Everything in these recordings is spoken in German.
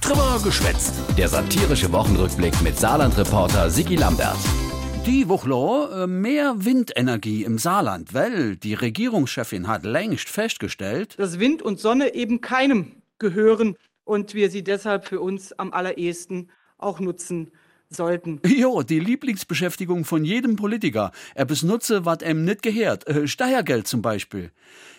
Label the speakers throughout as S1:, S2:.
S1: Drüber geschwätzt. Der satirische Wochenrückblick mit Saarland-Reporter Sigi Lambert.
S2: Die Woche äh, mehr Windenergie im Saarland, weil die Regierungschefin hat längst festgestellt,
S3: dass Wind und Sonne eben keinem gehören und wir sie deshalb für uns am allerersten auch nutzen sollten.
S2: Jo, die Lieblingsbeschäftigung von jedem Politiker. Er benutze, was ihm nicht gehört. Äh, Steuergeld zum Beispiel.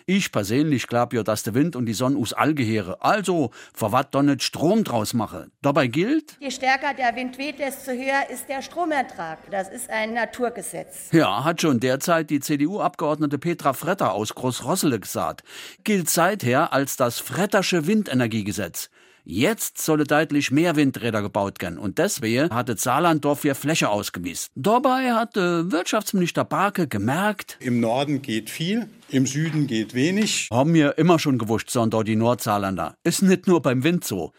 S2: Ich persönlich glaub ja, dass der Wind und die Sonne us all gehöre. Also, vor wat doch nicht Strom draus mache. Dabei gilt,
S4: Je stärker der Wind weht, desto höher ist der Stromertrag. Das ist ein Naturgesetz.
S2: ja, hat schon derzeit die CDU-Abgeordnete Petra Fretter aus Großrossele gesagt. Gilt seither als das Frettersche Windenergiegesetz. Jetzt solle deutlich mehr Windräder gebaut werden und deswegen hatte Saarlanddorf hier Fläche ausgewiesen. Dabei hat äh, Wirtschaftsminister Barke gemerkt,
S5: Im Norden geht viel, im Süden geht wenig.
S2: Haben wir immer schon gewusst, sondern die Nordsaarländer. Ist nicht nur beim Wind so.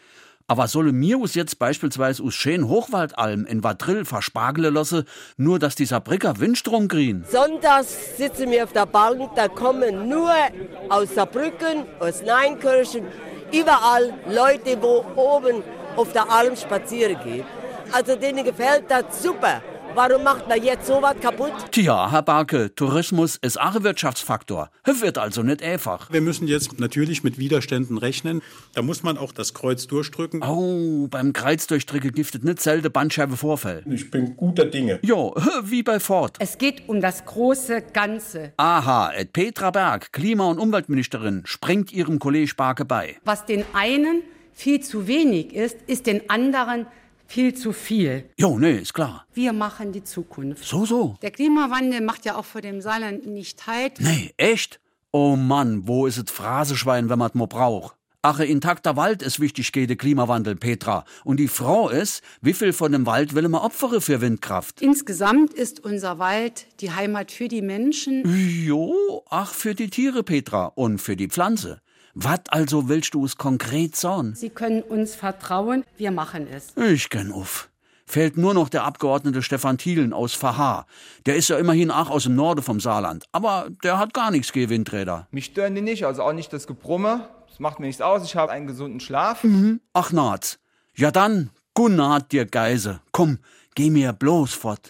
S2: Aber solle mir us jetzt beispielsweise us schön Hochwaldalm in Vadrill verspagele lasse, nur dass die Saarbrücker Windstrom kriegen?
S6: Sonntags sitzen wir auf der Bank, da kommen nur aus Saarbrücken, aus Neinkirchen, überall Leute, wo oben auf der Alm spazieren gehen. Also denen gefällt das super. Warum macht man jetzt sowas kaputt?
S2: Tja, Herr Barke, Tourismus ist auch ein Wirtschaftsfaktor. Wird also nicht einfach.
S5: Wir müssen jetzt natürlich mit Widerständen rechnen. Da muss man auch das Kreuz durchdrücken.
S2: Oh, beim Kreizdurchdrücke giftet nicht selten Bandscheibe Vorfall.
S7: Ich bin guter Dinge.
S2: Jo, wie bei Ford.
S8: Es geht um das große Ganze,
S2: Aha, et Petra Berg, Klima- und Umweltministerin, springt ihrem Kollege Barke bei.
S8: was den einen viel zu wenig ist, ist den anderen viel zu viel.
S2: Jo, nee, ist klar.
S8: Wir machen die Zukunft.
S2: So, so.
S8: Der Klimawandel macht ja auch vor dem Saarland nicht halt.
S2: Nee, echt? Oh Mann, wo ist et Phraseschwein, wenn man's mo braucht? Ache, intakter Wald ist wichtig gegen den Klimawandel, Petra. Und die Frage ist, wie viel von dem Wald will man opfere für Windkraft?
S8: Insgesamt ist unser Wald die Heimat für die Menschen.
S2: Jo, ach, für die Tiere, Petra, und für die Pflanze. Wat also willst du es konkret sagen?
S8: Sie können uns vertrauen, wir machen es.
S2: Ich kenn uff. Fehlt nur noch der Abgeordnete Stefan Thielen aus Fahar. Der ist ja immerhin auch aus dem Norden vom Saarland. Aber der hat gar nichts gegen Windräder.
S9: Mich stören die nicht, also auch nicht das Gebrumme. Das macht mir nichts aus. Ich habe einen gesunden Schlaf.
S2: Ach, Naz. Ja dann, Gunnar hat dir Geise. Komm, geh mir bloß fort.